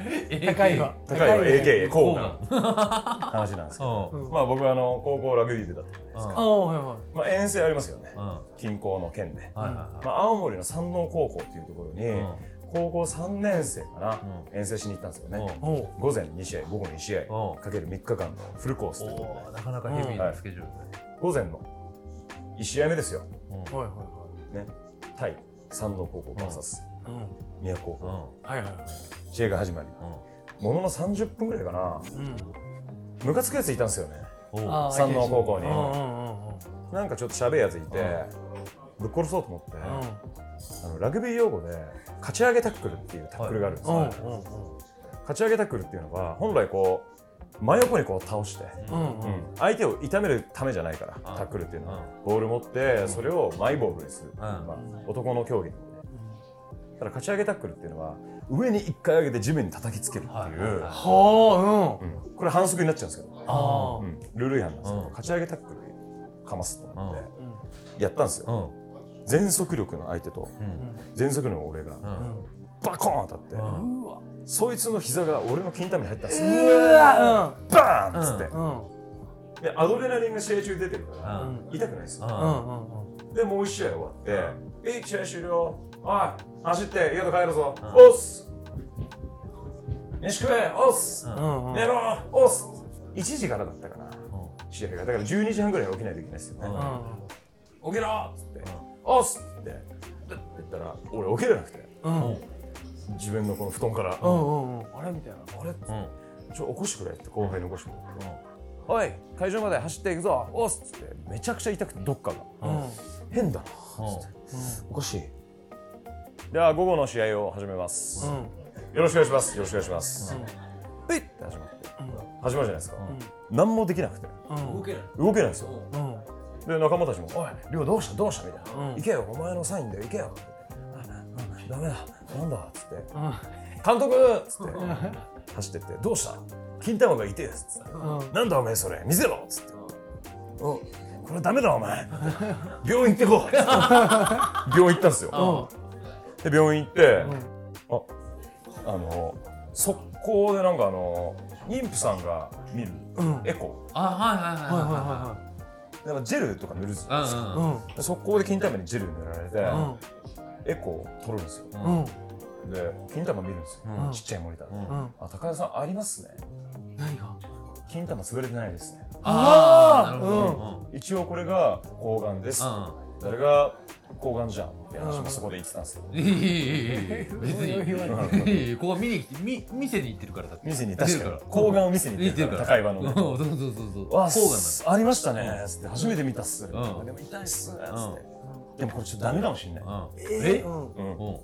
Speaker 1: 高いわ
Speaker 3: だ高いは
Speaker 1: ね
Speaker 3: AKA
Speaker 2: こ
Speaker 3: 抗
Speaker 2: う
Speaker 3: が
Speaker 2: なん
Speaker 3: ん話なんですけど
Speaker 2: う
Speaker 1: うんん
Speaker 3: まあ僕はあの高校ラグビー部だったんで
Speaker 1: ああはいはい
Speaker 3: まあ遠征ありますけどね
Speaker 2: うん
Speaker 3: 近郊の県で
Speaker 2: はいはいはい
Speaker 3: まあ青森の山王高校っていうところに
Speaker 2: うん
Speaker 3: 高校3年生かな、
Speaker 2: う
Speaker 3: 遠征しに行ったんですよね、
Speaker 2: う
Speaker 1: おう
Speaker 3: 午前2試合午後2試合
Speaker 2: お
Speaker 3: かける3日間のフルコースということ
Speaker 2: おーなかなかヘビーなスケジュールで、
Speaker 3: で午前の1試合目ですよ
Speaker 2: うん
Speaker 1: はいはいは
Speaker 3: ね対山王高校
Speaker 1: い。
Speaker 3: VS
Speaker 1: うん。
Speaker 3: 宮古高校
Speaker 1: はいはいはい。
Speaker 3: 試合が始まりものの30分ぐらいか
Speaker 1: う
Speaker 3: な
Speaker 1: ん。
Speaker 3: ムカつくやついたんですよね
Speaker 2: うんうん
Speaker 1: あー
Speaker 3: 山王高校に
Speaker 1: うんうんうんうん。
Speaker 3: なんかちょっと喋るやついてぶっ殺そうと思って、あのラグビー用語で勝ち上げタックルっていうタックルがあるんですよ、
Speaker 1: うん
Speaker 2: は
Speaker 1: う
Speaker 2: い
Speaker 1: んうん
Speaker 3: 勝ち上げタックルっていうのは本来こう真横にこう倒して、
Speaker 1: うんうん
Speaker 3: うん相手を痛めるためじゃないから
Speaker 2: あ
Speaker 3: タックルっていうの
Speaker 2: あ
Speaker 3: はボール持ってそれをマイボールにする、
Speaker 2: あ
Speaker 3: まあ、男の競技ただ勝ち上げタックルっていうのは上に1回上げて地面に叩きつけるっていう、
Speaker 2: はいはい
Speaker 1: はあ、
Speaker 3: うんこれ反則になっちゃうんですけど、
Speaker 1: うん。あ
Speaker 3: うんルール違反なんですけど、
Speaker 2: うん
Speaker 3: 勝ち上げタックルかますと思って
Speaker 1: あ。うん
Speaker 3: やったんです
Speaker 2: う
Speaker 3: よ、
Speaker 2: ん
Speaker 3: 全速力の相手と
Speaker 2: う
Speaker 1: うんん
Speaker 3: 全速力の俺が
Speaker 2: うん
Speaker 1: うん
Speaker 3: バコーン当たって、
Speaker 2: うん
Speaker 1: うわ。
Speaker 3: そいつの膝が俺の金玉に入ったんですよ、
Speaker 1: うわ。
Speaker 3: バーンっつって、
Speaker 1: うん。うん。
Speaker 3: でアドレナリンが試合中出てるから、
Speaker 2: うん
Speaker 3: 痛くないですよ、
Speaker 1: うんうん
Speaker 3: でもう1試合終わって「いい試合終了おい走って家と帰るぞ、
Speaker 2: うん
Speaker 3: おっす飯食えおっす、
Speaker 2: うん
Speaker 1: うん。うん。
Speaker 3: 寝ろおっす」1時からだったかな試合がだから12時半ぐらいに起きないといけないですよね、
Speaker 2: うん
Speaker 3: 起きろっつって
Speaker 2: ん
Speaker 3: 「おっす」ってでって言ったら俺起きれなくて
Speaker 1: うん。うん。
Speaker 3: 自分のこの布団から「
Speaker 1: うんうんうん。あれみたいな。
Speaker 3: あれ
Speaker 2: うん
Speaker 3: ちょ起こしてくれって後輩に起こしてくれって、おい会場まで走っていくぞおっすっつってめちゃくちゃ痛くてどっかが
Speaker 1: うん。うん。
Speaker 3: 変だなおかしいでは午後の試合を始めます、よろしくお願いしますよろしくお願いします、ういって始まって、始まるじゃないですか、何もできなくて
Speaker 1: うん。
Speaker 2: けない
Speaker 3: 動けないんですよ
Speaker 1: うん。
Speaker 3: で仲間たちも「おい亮どうしたどうした」みたいな
Speaker 1: う
Speaker 3: 「
Speaker 1: ん
Speaker 3: 行けよお前のサインだよ行けよ」あダメだなんだ」っつって
Speaker 1: うん。
Speaker 3: 「監督!」っつって走ってって「どうした金玉が痛いです」っつって
Speaker 1: うん。
Speaker 3: なんだお前それ見せろっつって、うん、これダメだお前病院行ってこう病院行ったんですよ、で病院行って、あの速攻でなんかあの妊婦さんが見る
Speaker 1: うん。
Speaker 3: エコ
Speaker 2: あはい
Speaker 1: はいはい
Speaker 2: はいはい
Speaker 1: は
Speaker 3: ーだからジェルとか塗るんです
Speaker 2: う
Speaker 3: よ、
Speaker 1: い
Speaker 2: んうん
Speaker 1: は
Speaker 3: で速攻で金玉にジェル塗られて、
Speaker 1: い。うん。
Speaker 3: エコー取るんですよ
Speaker 1: うん。うん。
Speaker 3: で金玉見るんですよ、
Speaker 1: うん
Speaker 3: ちっちゃいモニターで、
Speaker 2: うん
Speaker 1: うん。
Speaker 3: あ高田さんありますね
Speaker 1: 何が。
Speaker 3: 金玉潰れてないですね
Speaker 1: あ
Speaker 2: あ
Speaker 1: ー
Speaker 2: ーなるほど
Speaker 3: 一応これが睾丸です、
Speaker 2: う
Speaker 3: 誰が睾丸じゃんって話もそこで言ってたんですよ、
Speaker 2: んうんいいいいいいいい別
Speaker 3: うん
Speaker 2: にいいいいここ見に来てみ見せに行ってるからだって
Speaker 3: 店に
Speaker 2: 出て
Speaker 3: 確
Speaker 2: るか
Speaker 3: か
Speaker 2: ら
Speaker 3: に睾丸を店に行
Speaker 2: 行っ
Speaker 3: っ
Speaker 2: てて
Speaker 3: る
Speaker 2: る
Speaker 3: か
Speaker 2: からら
Speaker 3: 高い場の
Speaker 2: うんそうそうそうそう
Speaker 3: わあ
Speaker 2: そうなの
Speaker 3: すありましたねつって初めて見たっす、
Speaker 2: ん
Speaker 3: でも痛いっすねつって、
Speaker 1: う
Speaker 3: でもこれちょっとダメかもしんない、
Speaker 2: うん
Speaker 1: え。うん。
Speaker 3: うん
Speaker 2: うん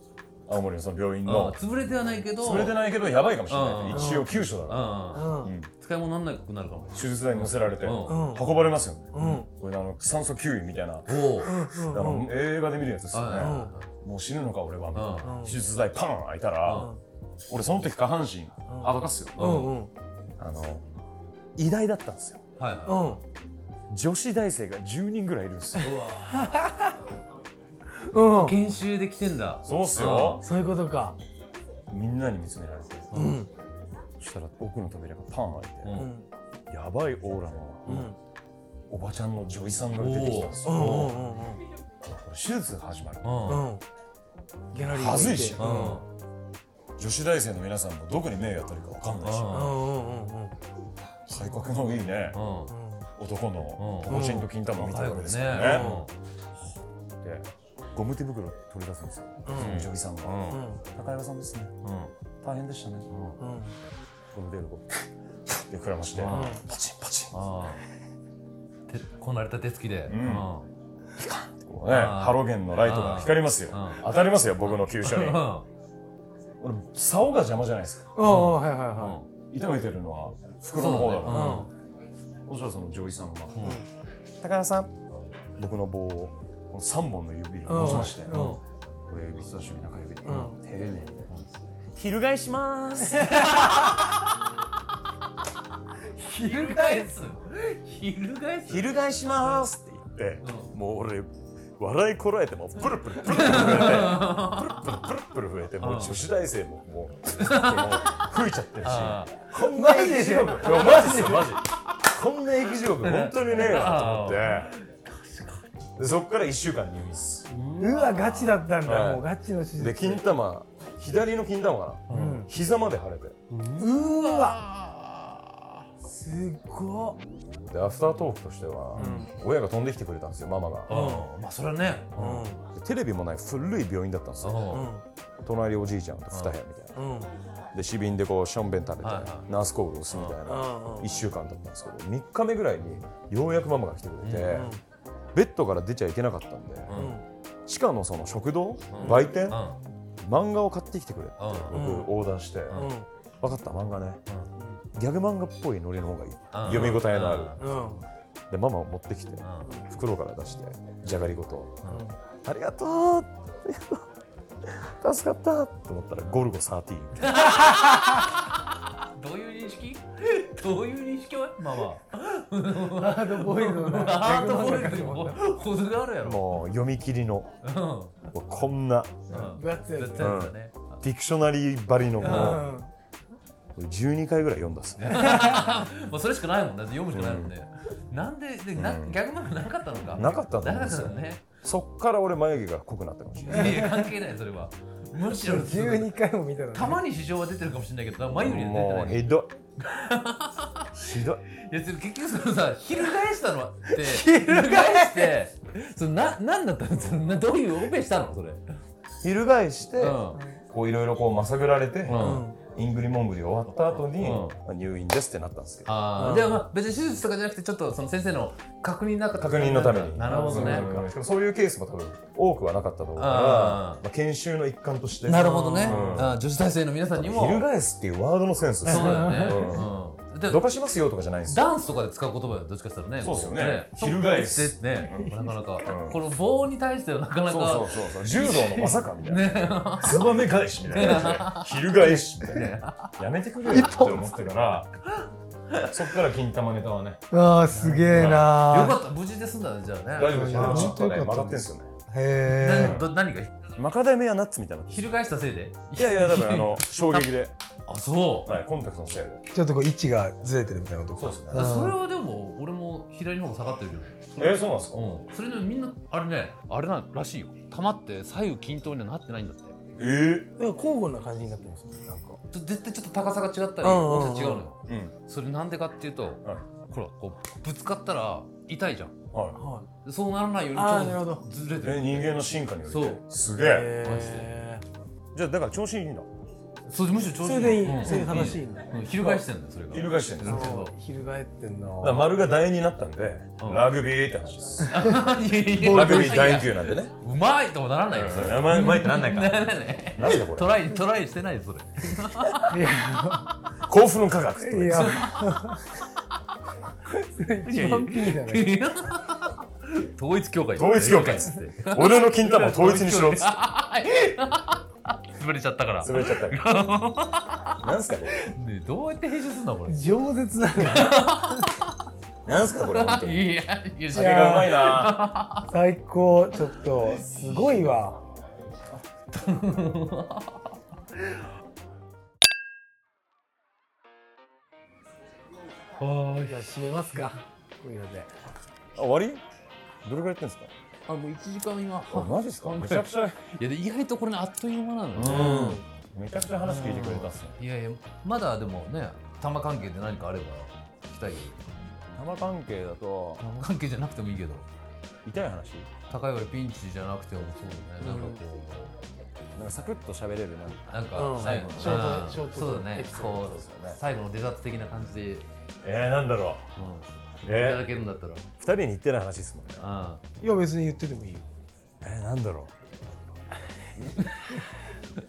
Speaker 3: 青森のその病院
Speaker 2: うん
Speaker 3: の
Speaker 2: 潰れてはないけど
Speaker 3: 潰れてないけどやばいかもしれない、
Speaker 2: うん
Speaker 3: 一応急所だ
Speaker 2: う
Speaker 3: か
Speaker 2: んうん
Speaker 3: ら、
Speaker 1: う。
Speaker 3: うんん
Speaker 2: 使い物にならなくなるかも
Speaker 3: 手術台に乗せられて、
Speaker 2: うん
Speaker 1: うん
Speaker 3: 運ばれますよね、
Speaker 1: うん。
Speaker 3: これあの酸素吸引みたいな、
Speaker 2: おお
Speaker 1: うん。
Speaker 3: あの映画で見るやつですよね、
Speaker 1: うん
Speaker 3: もう死ぬのか俺はみたいな、
Speaker 1: うん
Speaker 3: 手術台パン開いたら、
Speaker 2: うん
Speaker 3: 俺その時下半身
Speaker 1: ん
Speaker 3: あかすよ、
Speaker 1: うん。うん。
Speaker 3: あの医大だったんですよ
Speaker 2: はいうは
Speaker 1: ん。
Speaker 3: 女子大生が10人ぐらいいるんですよ
Speaker 2: いうわ
Speaker 1: うん。
Speaker 2: 研修で来てんだ
Speaker 3: そうっすよ、
Speaker 1: そういうことか。
Speaker 3: みんなに見つめられて
Speaker 1: うん。
Speaker 3: そしたら奥の扉がパン開いて、
Speaker 2: う
Speaker 1: うんん。
Speaker 3: やばいオーラの
Speaker 1: うん。
Speaker 3: おばちゃんの女医さんが出てきたんです
Speaker 1: う
Speaker 3: よ、
Speaker 1: ん。
Speaker 3: こ
Speaker 1: うん。うん。
Speaker 3: れ手術が始まる、
Speaker 2: うん
Speaker 1: うん。ギャラリー
Speaker 3: はずいし
Speaker 1: う
Speaker 2: うん
Speaker 1: ん。
Speaker 3: 女子大生の皆さんもどこに目が当たるかわかんないし、
Speaker 1: うんうんうんうん。
Speaker 3: 体格のいいね、
Speaker 2: うん
Speaker 3: 男のおちんと金玉みたいなわけです
Speaker 2: ね
Speaker 3: からね、
Speaker 2: う
Speaker 3: でゴム手袋取り出すんですよ、
Speaker 1: うん
Speaker 3: 女医さんが、
Speaker 2: ん
Speaker 1: うん
Speaker 3: 高山さんですね
Speaker 2: うん
Speaker 3: 大変でしたね、
Speaker 1: うん
Speaker 3: ゴム手袋 で膨らまして、
Speaker 2: うん
Speaker 3: パチンパチン
Speaker 2: ああてこなれた手つきで
Speaker 3: うん
Speaker 2: うん
Speaker 3: こうね
Speaker 2: あー
Speaker 3: ハロゲンのライトが光りますよ
Speaker 2: うん
Speaker 3: 当たりますよ僕の急所に
Speaker 2: うん
Speaker 3: 俺竿が邪魔じゃないですか
Speaker 1: うんはいはい
Speaker 2: うん
Speaker 1: は
Speaker 3: 痛めてるのは
Speaker 2: そう
Speaker 3: 袋の方だから
Speaker 2: ね
Speaker 3: そしたらその上位さんが「高田さん」僕の棒をこの3本の指を持ちまして
Speaker 1: うん
Speaker 3: これ指差し指中指で丁
Speaker 1: ん
Speaker 3: 寧に
Speaker 4: 翻します。
Speaker 2: うん翻す翻す
Speaker 3: 翻しますって言ってもう俺笑いこらえてもプルプルプルプ ル増えてプルプルプルプル増えてもう女子大生ももうも う吹いちゃってるし
Speaker 2: あ
Speaker 3: こんな液地獄いやマジですよマジこんな液地獄本当にねえなと思ってでそっから1週間入院です
Speaker 1: い。うわガチだったんだ
Speaker 3: はい
Speaker 1: もうガチの手術。
Speaker 3: で金玉左の金玉かな、
Speaker 1: ん
Speaker 3: 膝まで腫れて
Speaker 1: うーわすっごっ
Speaker 3: でアフタートークとしては、親が飛んできてくれたんですよママが、
Speaker 2: うんまあそれはね
Speaker 3: でテレビもない古い病院だったんです
Speaker 2: う
Speaker 3: よ、
Speaker 2: ん
Speaker 3: 隣おじいちゃんと2部屋みたいな、
Speaker 4: うん
Speaker 3: で市民でこうシャンベン食べて、
Speaker 2: はいは
Speaker 3: ナースコールをするみたいな、
Speaker 4: うんうん
Speaker 3: 1週間だったんですけど3日目ぐらいにようやくママが来てくれて、ベッドから出ちゃいけなかったんで、地下のその食堂、売店、漫画を買ってきてくれって
Speaker 2: う
Speaker 3: 僕オーダーして、
Speaker 2: ん
Speaker 3: 分かった漫画ね、ギャグ漫画っぽいノリの方がいい、
Speaker 2: うん
Speaker 3: 読み応えのある、
Speaker 4: うん
Speaker 3: でママを持ってきて、袋から出してじゃがりごと、ありがとうありがとう助かったと思ったらゴルゴ13
Speaker 2: どういう認識どういう認識はまあま
Speaker 1: ハードボイルドな
Speaker 2: あハートボイルドにも程があるやろ
Speaker 3: もう読み切りの
Speaker 2: う
Speaker 3: もうこんなん
Speaker 2: うん
Speaker 1: 分厚いやつ
Speaker 2: 絶対だね
Speaker 3: ディクショナリーばりのも
Speaker 1: うん
Speaker 3: う12回ぐらい読んだっすね
Speaker 2: もうそれしかないもんね読むしかないもんねなんででな
Speaker 3: うん
Speaker 2: 逆漫画なかったのか
Speaker 3: なかったと思うん
Speaker 2: なか
Speaker 3: で
Speaker 2: った
Speaker 3: すよ
Speaker 2: のね
Speaker 3: そっから俺眉毛が濃くなったかもしれない
Speaker 2: いや関係ないそれはむしろ
Speaker 1: 12回も見たのね
Speaker 2: たまに市場は出てるかもしれないけど前よりは出て
Speaker 3: も
Speaker 2: な
Speaker 3: う
Speaker 2: いい
Speaker 3: ひど いひどい
Speaker 2: やそれ結局そのさ翻したのはって翻してそのな何だったのそのなどういうオペしたのそれ
Speaker 3: 翻して、
Speaker 2: うん
Speaker 3: こういろいろこうまさぐられて、
Speaker 2: うん
Speaker 3: イングリモングリ終わった後に、
Speaker 2: うん
Speaker 3: まあ入院ですってなったんですけど
Speaker 2: ああでもまあ別に手術とかじゃなくてちょっとその先生の確認なんか
Speaker 3: 確認のために
Speaker 2: なるほどね
Speaker 3: うんしかもそういうケースも多分多くはなかったと思うから、
Speaker 2: あ
Speaker 3: まあ、研修の一環として
Speaker 2: なるほどね
Speaker 3: うん
Speaker 2: あー女子大生の皆さんにも
Speaker 3: 翻すっていうワードのセンスです
Speaker 2: そうだよね
Speaker 3: うん
Speaker 2: うんで
Speaker 3: どかしますよとかじゃないんですよ
Speaker 2: ダンスとかで使う言葉よどっちかしたらね
Speaker 3: そうですよね
Speaker 2: そう
Speaker 3: 翻す
Speaker 2: ねなかなか
Speaker 3: うん
Speaker 2: この棒に対してはなかな
Speaker 3: そうそ
Speaker 2: か
Speaker 3: うそうそう柔道のまさかみたいなつばめ返しみたいな翻しみたいなやめてくれよって思ってからそっから金玉ネタはね
Speaker 1: あーすげえな
Speaker 2: よかった無事で済んだねじゃあね
Speaker 3: 大丈夫ですよ
Speaker 1: いや
Speaker 3: ちょっとね
Speaker 1: よ
Speaker 3: 曲
Speaker 1: か
Speaker 3: が
Speaker 1: った
Speaker 3: ってんすよね
Speaker 1: へ
Speaker 2: など何が
Speaker 3: マカダミアナッツみたいな
Speaker 2: 翻したせいで
Speaker 3: いやいやだからあ の衝撃で、
Speaker 2: あそう
Speaker 3: はい、コンタクトのせいで
Speaker 1: えちょっとこう位置がずれてるみたいなこと
Speaker 3: そうですね
Speaker 1: うん
Speaker 2: それはでも俺も左の方が下がってるけど
Speaker 3: えー、そうなんですか
Speaker 2: うんそれでみんなあれねあれなんらしいよ玉って左右均等にはなってないんだって
Speaker 3: えー、
Speaker 1: なんか交互な感じになってますねなんか
Speaker 2: ちょ絶対ちょっと高さが違ったり
Speaker 1: うんうんうん
Speaker 2: 大きさ違うのよ
Speaker 3: うん
Speaker 2: それなんでかっていうと
Speaker 3: はい
Speaker 2: ほらこうぶつかったら痛いじゃん
Speaker 3: は
Speaker 1: は
Speaker 2: でそうならないように
Speaker 1: あー
Speaker 2: ち
Speaker 1: なるほ
Speaker 2: ょっと
Speaker 1: ど
Speaker 2: ずれ
Speaker 3: い
Speaker 2: て
Speaker 3: え
Speaker 2: る
Speaker 3: 人間の進化により
Speaker 2: そう
Speaker 3: す
Speaker 1: い
Speaker 3: げえ
Speaker 2: マジ
Speaker 3: じゃあだから調子いいんだ
Speaker 2: そうむしろ調子
Speaker 1: それでいい
Speaker 2: うん
Speaker 1: それで正しいんだ
Speaker 2: うん翻してんだよそれが
Speaker 3: 翻してんだ
Speaker 2: るほど
Speaker 1: 翻ってんな
Speaker 3: だから丸が第二になったんで、
Speaker 2: うん
Speaker 3: ラグビーって話ですラ
Speaker 2: ラ
Speaker 3: グビー第二級なんでね
Speaker 2: うまいともならないよそれ
Speaker 3: 名前うまいってなんないからなんだこ
Speaker 2: ト
Speaker 3: れ
Speaker 2: ライトライしてないよそ れ
Speaker 3: 幸福の科学って
Speaker 1: い
Speaker 3: 言
Speaker 1: や
Speaker 3: わ
Speaker 1: それ一番ピーじゃない
Speaker 2: 統一教会
Speaker 3: 統一教会っつってれて俺の金玉を統一にし ろっつって
Speaker 2: 潰れちゃったから
Speaker 3: 潰れちゃったからなんすかこれ
Speaker 2: ねどうやって編集すんだこれ
Speaker 1: 饒舌だな
Speaker 3: なんすかこれ本当に
Speaker 2: いやいや
Speaker 1: い
Speaker 3: 酒
Speaker 1: や
Speaker 3: がうまいな
Speaker 1: 最高ちょっとすごいわ
Speaker 2: はーい
Speaker 1: じゃあ締めますかこういうので
Speaker 3: あ終わりどれくらいやってんですか
Speaker 2: あもう1時間今
Speaker 3: あマジですかめちゃくちゃ
Speaker 2: いやで意外とこれねあっという間なのね
Speaker 3: うんめちゃくちゃ話聞いてくれたっすね
Speaker 2: いやいやまだでもね玉関係で何かあれば聞きたいよ
Speaker 3: 玉関係だと
Speaker 2: 玉関係じゃなくてもいいけど
Speaker 3: 痛い話
Speaker 2: 高い割ピンチじゃなくてもそうだねなんかこ
Speaker 3: なんかサクッと喋れるなんか
Speaker 2: うなんか最
Speaker 1: う
Speaker 2: 後
Speaker 1: んショート
Speaker 2: うん
Speaker 1: ショート
Speaker 2: そうだね
Speaker 1: エピソード
Speaker 2: こ
Speaker 3: そうですよ
Speaker 2: う
Speaker 3: ね
Speaker 2: 最後のデザート的な感じで、うん、い
Speaker 3: えー、なんだろう
Speaker 2: ただ
Speaker 3: えー、
Speaker 2: けるんだったら
Speaker 3: 二人に言ってない話ですもんね
Speaker 2: あ
Speaker 1: いや別に言っててもいいよ
Speaker 3: えー、なんだろ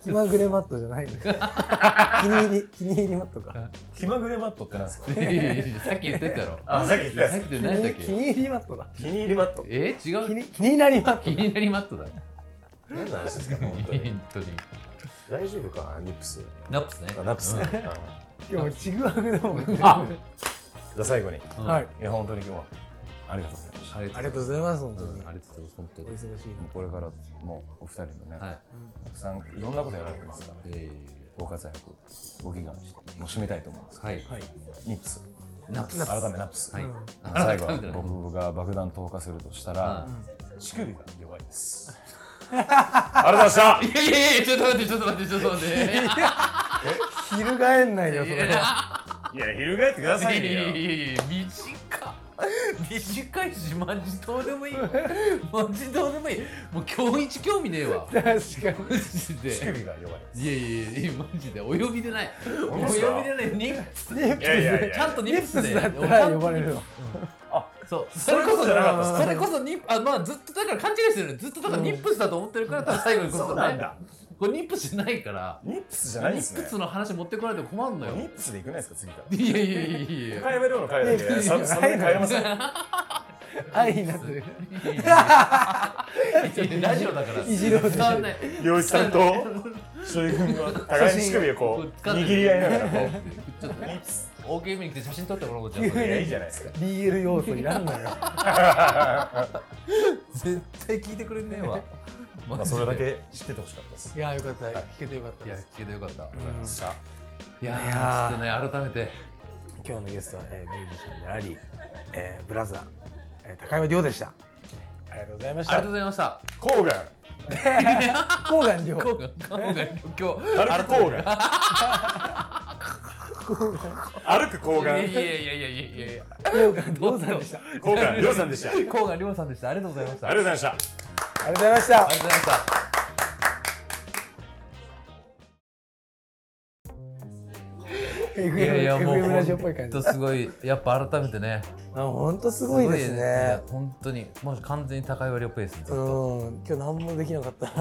Speaker 1: 気まぐれマットじゃないの 気に入り気に入りマットか
Speaker 3: う気まぐれマットってなんですか
Speaker 2: あいやいやいやさっき言ってたろ
Speaker 3: あさっき言った
Speaker 2: さっきで
Speaker 1: 気
Speaker 2: 何だっ
Speaker 1: に気
Speaker 2: け
Speaker 1: に入りマットだ
Speaker 3: 気に入りマット
Speaker 2: え違
Speaker 1: 気
Speaker 2: う
Speaker 1: に気になりマッ
Speaker 2: 気
Speaker 1: ト
Speaker 2: になりマットだね
Speaker 3: 何の話ですか本当に
Speaker 2: 本当に
Speaker 3: 大丈夫かニップス
Speaker 2: ナップスね
Speaker 3: あナップ
Speaker 2: う
Speaker 3: ス
Speaker 2: ん
Speaker 3: ね
Speaker 2: は
Speaker 1: 今日ちぐはぐでも
Speaker 2: あ
Speaker 3: じゃあ最後にい
Speaker 1: はい
Speaker 3: や本当に今日はありがとうございました
Speaker 2: い
Speaker 1: ありがとうございます本当に
Speaker 2: ありがとうございます本当
Speaker 1: お
Speaker 2: に
Speaker 1: 忙しい
Speaker 3: もうこれからもうお二人のね、
Speaker 2: はい
Speaker 3: たくさんいろんなことやられてますから
Speaker 2: え
Speaker 3: ご活躍ご祈願してもう締めたいと思います
Speaker 2: ーはい
Speaker 1: なはい
Speaker 3: ニップス
Speaker 2: ナップス
Speaker 3: 改めナップス、
Speaker 2: はい
Speaker 1: うん
Speaker 2: あ
Speaker 3: 最後
Speaker 2: 改めてね
Speaker 3: 僕が爆弾投下するとしたら、
Speaker 2: う
Speaker 3: 乳首が弱いですありがとうございました
Speaker 2: いやいやいや、ちょっと待って、ちょっと待って、ちょっと待って。
Speaker 1: 翻んないよそれ
Speaker 2: いや
Speaker 1: はい
Speaker 3: や、翻ってください
Speaker 2: いやいや
Speaker 3: よ。
Speaker 2: いやいや短っ短いしマジどうでもいいわマジどうでもいいもう今日一興味ねえわ
Speaker 1: 確か
Speaker 2: マジで
Speaker 3: 乳首が弱い。
Speaker 2: いやいやいやマジでお呼びでないお
Speaker 3: 本当
Speaker 2: 呼
Speaker 3: で
Speaker 2: び
Speaker 3: す
Speaker 2: で
Speaker 3: か
Speaker 2: ないニップス
Speaker 1: にニプ
Speaker 3: いやいやいや。
Speaker 2: ちゃんとニップスで
Speaker 1: だったら呼ばれるの
Speaker 2: そうそ
Speaker 3: そうい
Speaker 2: れこ
Speaker 3: うこ
Speaker 2: そ
Speaker 3: とじゃなかった
Speaker 2: それこそニップあまあずっとだから勘違いしてるのずっとだからニップスだと思ってるから最後にこそねこれニップスじゃないから
Speaker 3: ニップスじ
Speaker 2: ニ
Speaker 3: ゃないんで
Speaker 2: ッ
Speaker 3: すね
Speaker 2: プ。スの話持ってこられても困るの
Speaker 3: ニ
Speaker 2: よ
Speaker 3: ップスで行くないですか、次から。
Speaker 2: いやいやいやいやいや
Speaker 3: 高山亮の回だけ、
Speaker 1: ね
Speaker 3: サブサブで変えますよ。
Speaker 1: 愛になってる
Speaker 2: ラジオだから。
Speaker 1: いじろうとしてる
Speaker 2: 伝わんない。
Speaker 3: 漁師さんと、所有君は互いに乳首をこう、握り合いながらこう。
Speaker 2: ちょっと
Speaker 3: ニップス。
Speaker 2: 大きめに来て写真撮ってもらおうじゃん。
Speaker 3: いや、いいじゃないですか。
Speaker 1: BL 要素いらんのよ
Speaker 2: 絶対聞いてくれねえわ。
Speaker 3: まあ、それだ。け知っててほしかったです。
Speaker 1: いやよかった聞けてよかった
Speaker 2: いや
Speaker 1: です、
Speaker 2: 聞けてよかった。
Speaker 3: さ
Speaker 2: いや
Speaker 1: いやー
Speaker 2: ー、ちょっとね、改めて。
Speaker 1: 今日のゲストは、えー、ミュージシャンであり、えー、ブラザー、えー、高山亮でしたありがとうございまし
Speaker 2: ありがとうございました。
Speaker 3: あ、コーガン。
Speaker 1: 高岩亮
Speaker 2: 今日、今日、
Speaker 3: 歩くコーガン。歩くコー
Speaker 2: い
Speaker 3: ガ
Speaker 2: やい
Speaker 3: ン。
Speaker 2: やいやいやいやいや。
Speaker 1: 高岩亮さんでしたあ
Speaker 3: コーガン、りょうさんでした。あり
Speaker 2: 甲賀亮さんでした。ありがとうございました。
Speaker 3: がとうございました。
Speaker 1: りがとうございました
Speaker 2: ありがとうございました。いやいや、もう
Speaker 1: FM ラジオっぽい感じ
Speaker 2: ほんとすごい、やっぱ改めてね。
Speaker 1: あ本当すごいですね。
Speaker 2: 本当に、もう完全に高い割りペースずっ
Speaker 1: う
Speaker 2: と。
Speaker 1: ん今日何もできなかったな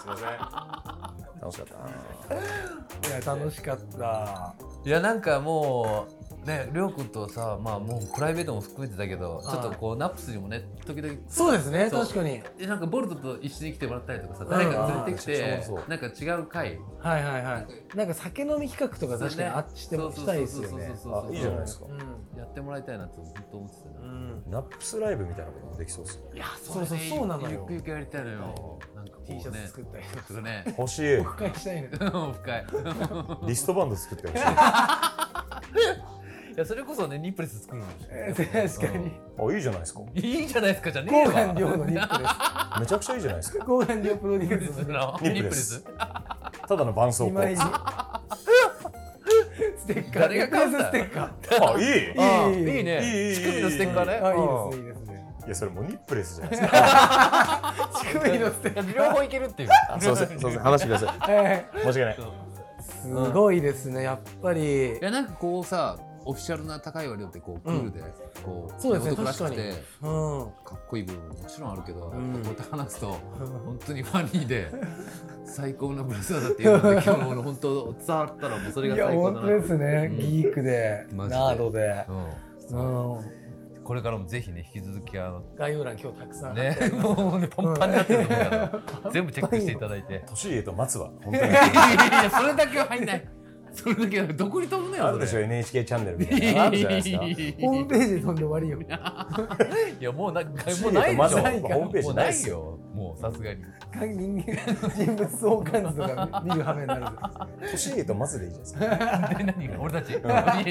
Speaker 3: すみません。楽しかったな。
Speaker 1: いや楽しかった
Speaker 2: いやなんかもうねりょうくんとさまあもうプライベートも含めてだけどちょっとこうナップスにもね時々
Speaker 1: そうですね
Speaker 2: そう
Speaker 1: 確かに
Speaker 2: えなんかボルトと一緒に来てもらったりとかさ誰か連れてきて
Speaker 5: うんうん
Speaker 2: なんか違う回
Speaker 1: はいはいはいなんか酒飲み企画とか確かにあっしてもしたいですよね
Speaker 2: そうそうそうそうそう
Speaker 3: いいじゃないですか。
Speaker 2: やってもらいたいなってずっと思ってた
Speaker 1: う
Speaker 2: なん
Speaker 3: ナップスライブみたいなこともできそうですね。
Speaker 2: いや
Speaker 1: そうそうそうなのよ
Speaker 2: ゆくゆくやりたいのよなんかこう
Speaker 1: T シャツ
Speaker 2: ね
Speaker 1: 作ったり
Speaker 2: ちょっとね
Speaker 3: 欲しい。
Speaker 1: 深いしたいの
Speaker 2: 深い
Speaker 3: リストバンド作ってほしい。
Speaker 2: いやそれこそねニップレス作るのもしれない
Speaker 1: 確かに
Speaker 3: あ、いいじゃないですか。
Speaker 2: いいじゃないですかじゃね
Speaker 1: 高
Speaker 2: え
Speaker 1: 岩
Speaker 2: わ
Speaker 1: 亮のニップ です
Speaker 3: めちゃくちゃいいじゃないですか。
Speaker 1: 高岩亮プロデュースの
Speaker 2: ニ
Speaker 3: ニ
Speaker 2: ッ
Speaker 3: ッ
Speaker 2: プ
Speaker 3: プ
Speaker 2: レ
Speaker 3: レ
Speaker 2: ス
Speaker 3: スただの伴奏
Speaker 1: 二
Speaker 3: こう
Speaker 1: 枚入りステッカー
Speaker 2: 誰が買うんだよ
Speaker 1: ステッカ
Speaker 3: あ、いい。い
Speaker 2: ああ
Speaker 1: いいいい
Speaker 2: いい
Speaker 3: いいい
Speaker 2: ね
Speaker 3: い
Speaker 2: 乳首のステッカーね
Speaker 1: ーあいいですねいいですね
Speaker 3: や、それもうニップレスじゃないですか。
Speaker 1: 乳 首のステッカ
Speaker 2: 両方いける っていう
Speaker 3: あすみません。すみません。話してくださ
Speaker 1: ーはい
Speaker 3: い。申し訳ない。
Speaker 1: すごいですねやっぱり
Speaker 2: いやなんかこうさオフィシャルな高い割合ってこうクールで、こう
Speaker 1: そうですね
Speaker 2: 男らしく
Speaker 1: 確
Speaker 2: て
Speaker 1: かうん
Speaker 2: かっこいい部分ももちろんあるけど、
Speaker 1: ん
Speaker 2: やっぱこうやって話すと本当にファニーで最高のブラザーだっていうので今日の本当伝わったらもうそれが
Speaker 1: いや
Speaker 2: 最高
Speaker 1: 本
Speaker 2: だ
Speaker 1: 当
Speaker 2: な
Speaker 1: ですね、ギークで
Speaker 2: マジで
Speaker 1: ナードで、うん、
Speaker 2: うん、これからもぜひね引き続きあの
Speaker 1: 概要欄今日たくさん、
Speaker 2: ねもうねパンパンになってると思う から全部チェックしていただいてい
Speaker 3: 年家と松は。本当に。
Speaker 2: やいやいやそれだけは入んないそれだけはどこに飛ぶのよ
Speaker 3: あ
Speaker 2: そ
Speaker 3: る
Speaker 2: れ
Speaker 3: でしょ NHK チャンネルみたいなのあるじゃないですか。
Speaker 1: ホームページで飛んで終わりよ
Speaker 2: いやもうなんか
Speaker 3: シー
Speaker 2: もう
Speaker 3: ルと
Speaker 2: ないで
Speaker 3: マ
Speaker 2: し
Speaker 3: ザ
Speaker 2: ょ。
Speaker 3: ーのホームページ
Speaker 2: もう
Speaker 3: ない
Speaker 2: な
Speaker 3: っ
Speaker 2: い
Speaker 3: す
Speaker 2: よ。もうさすがに。
Speaker 1: 人間人物相関図とか見る羽目になる
Speaker 3: 年家と松でいいじゃないですか。
Speaker 2: で何俺たち。いやいやいやいや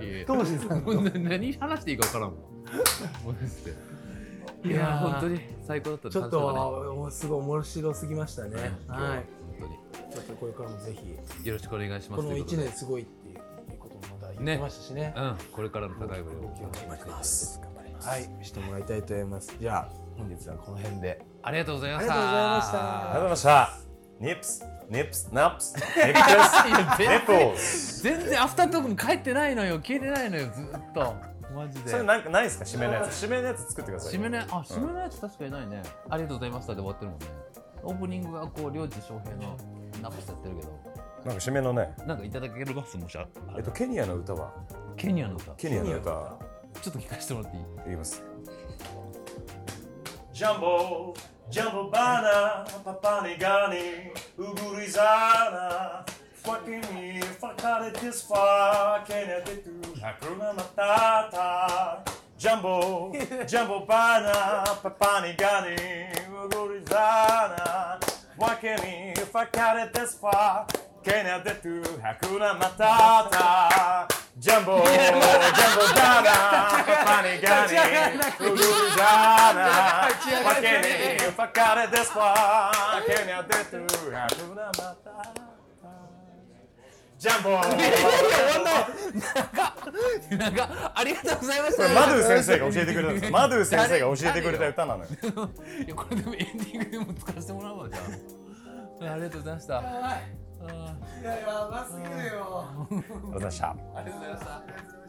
Speaker 2: いやいや。
Speaker 1: 当時さん
Speaker 2: もうな何話していいか分からんもん。もうですねいやー本当に最高だった。
Speaker 1: ちょっ
Speaker 2: 感謝だね
Speaker 1: と、おすごい面白すぎましたね、はい
Speaker 2: 本
Speaker 1: ちょっとこれからもぜひ
Speaker 2: 当によろしくお願いしま
Speaker 1: こ
Speaker 2: す。
Speaker 1: の
Speaker 2: という
Speaker 1: 1
Speaker 2: とで
Speaker 1: 年。すごいっていうこともまた言ってましたしね
Speaker 2: うんこれからの高いブレを
Speaker 1: 頑張ります頑張りますはいしてもらいたいと思いますじゃあ本日はこの辺で
Speaker 2: ありがとうございました。
Speaker 3: ありがとうございました。ニップス、ニップス、ナップス、ニップス、ニ ップス。
Speaker 2: 全然アフタートークに帰ってないのよ。消えてないのよずっと。マジで。
Speaker 3: それなんかないですか締めのやつ。締めのやつ作ってください。
Speaker 2: 締めのやあ締めのやつ確かにないね、ありがとうございましたで終わってるもんねオープニングがこう領地翔平のナップスやってるけど
Speaker 3: なんか締めのね。
Speaker 2: なんかいただけるますもしあ
Speaker 3: えっと、ケニアの歌は
Speaker 2: ケニアの歌ちょ
Speaker 3: ケニアの歌。
Speaker 2: っと聞かせてもらっていい
Speaker 3: いきます。ジャンボ、ジャンボバナ、パパニガニ、ウグリザナ、ファキミ、ファカレティスファ、ケニアテトゥ、ハクナマタタ。ジャンボ、ジャンボバナ、パパニガニ、ウグリザナ、ファケミ、ファカレティスファ、ケニアテトゥ、ハクナマタタ。ジャンボジャンボダーダーパニガニウルダーダーパケニパカレデスパケニャデトゥハブナマタジャンボ
Speaker 2: なんかありがとうございまし
Speaker 3: こ
Speaker 2: た
Speaker 3: れマドゥ先生が教えてくれたんですマドゥ先生が教えてくれた歌なのよ
Speaker 2: いやこれでもエンディングでも使わせてもらおうわじゃあありがとうございましたあ
Speaker 6: いややばすぎるよ
Speaker 3: ありがとうございました
Speaker 2: ーありがとうございました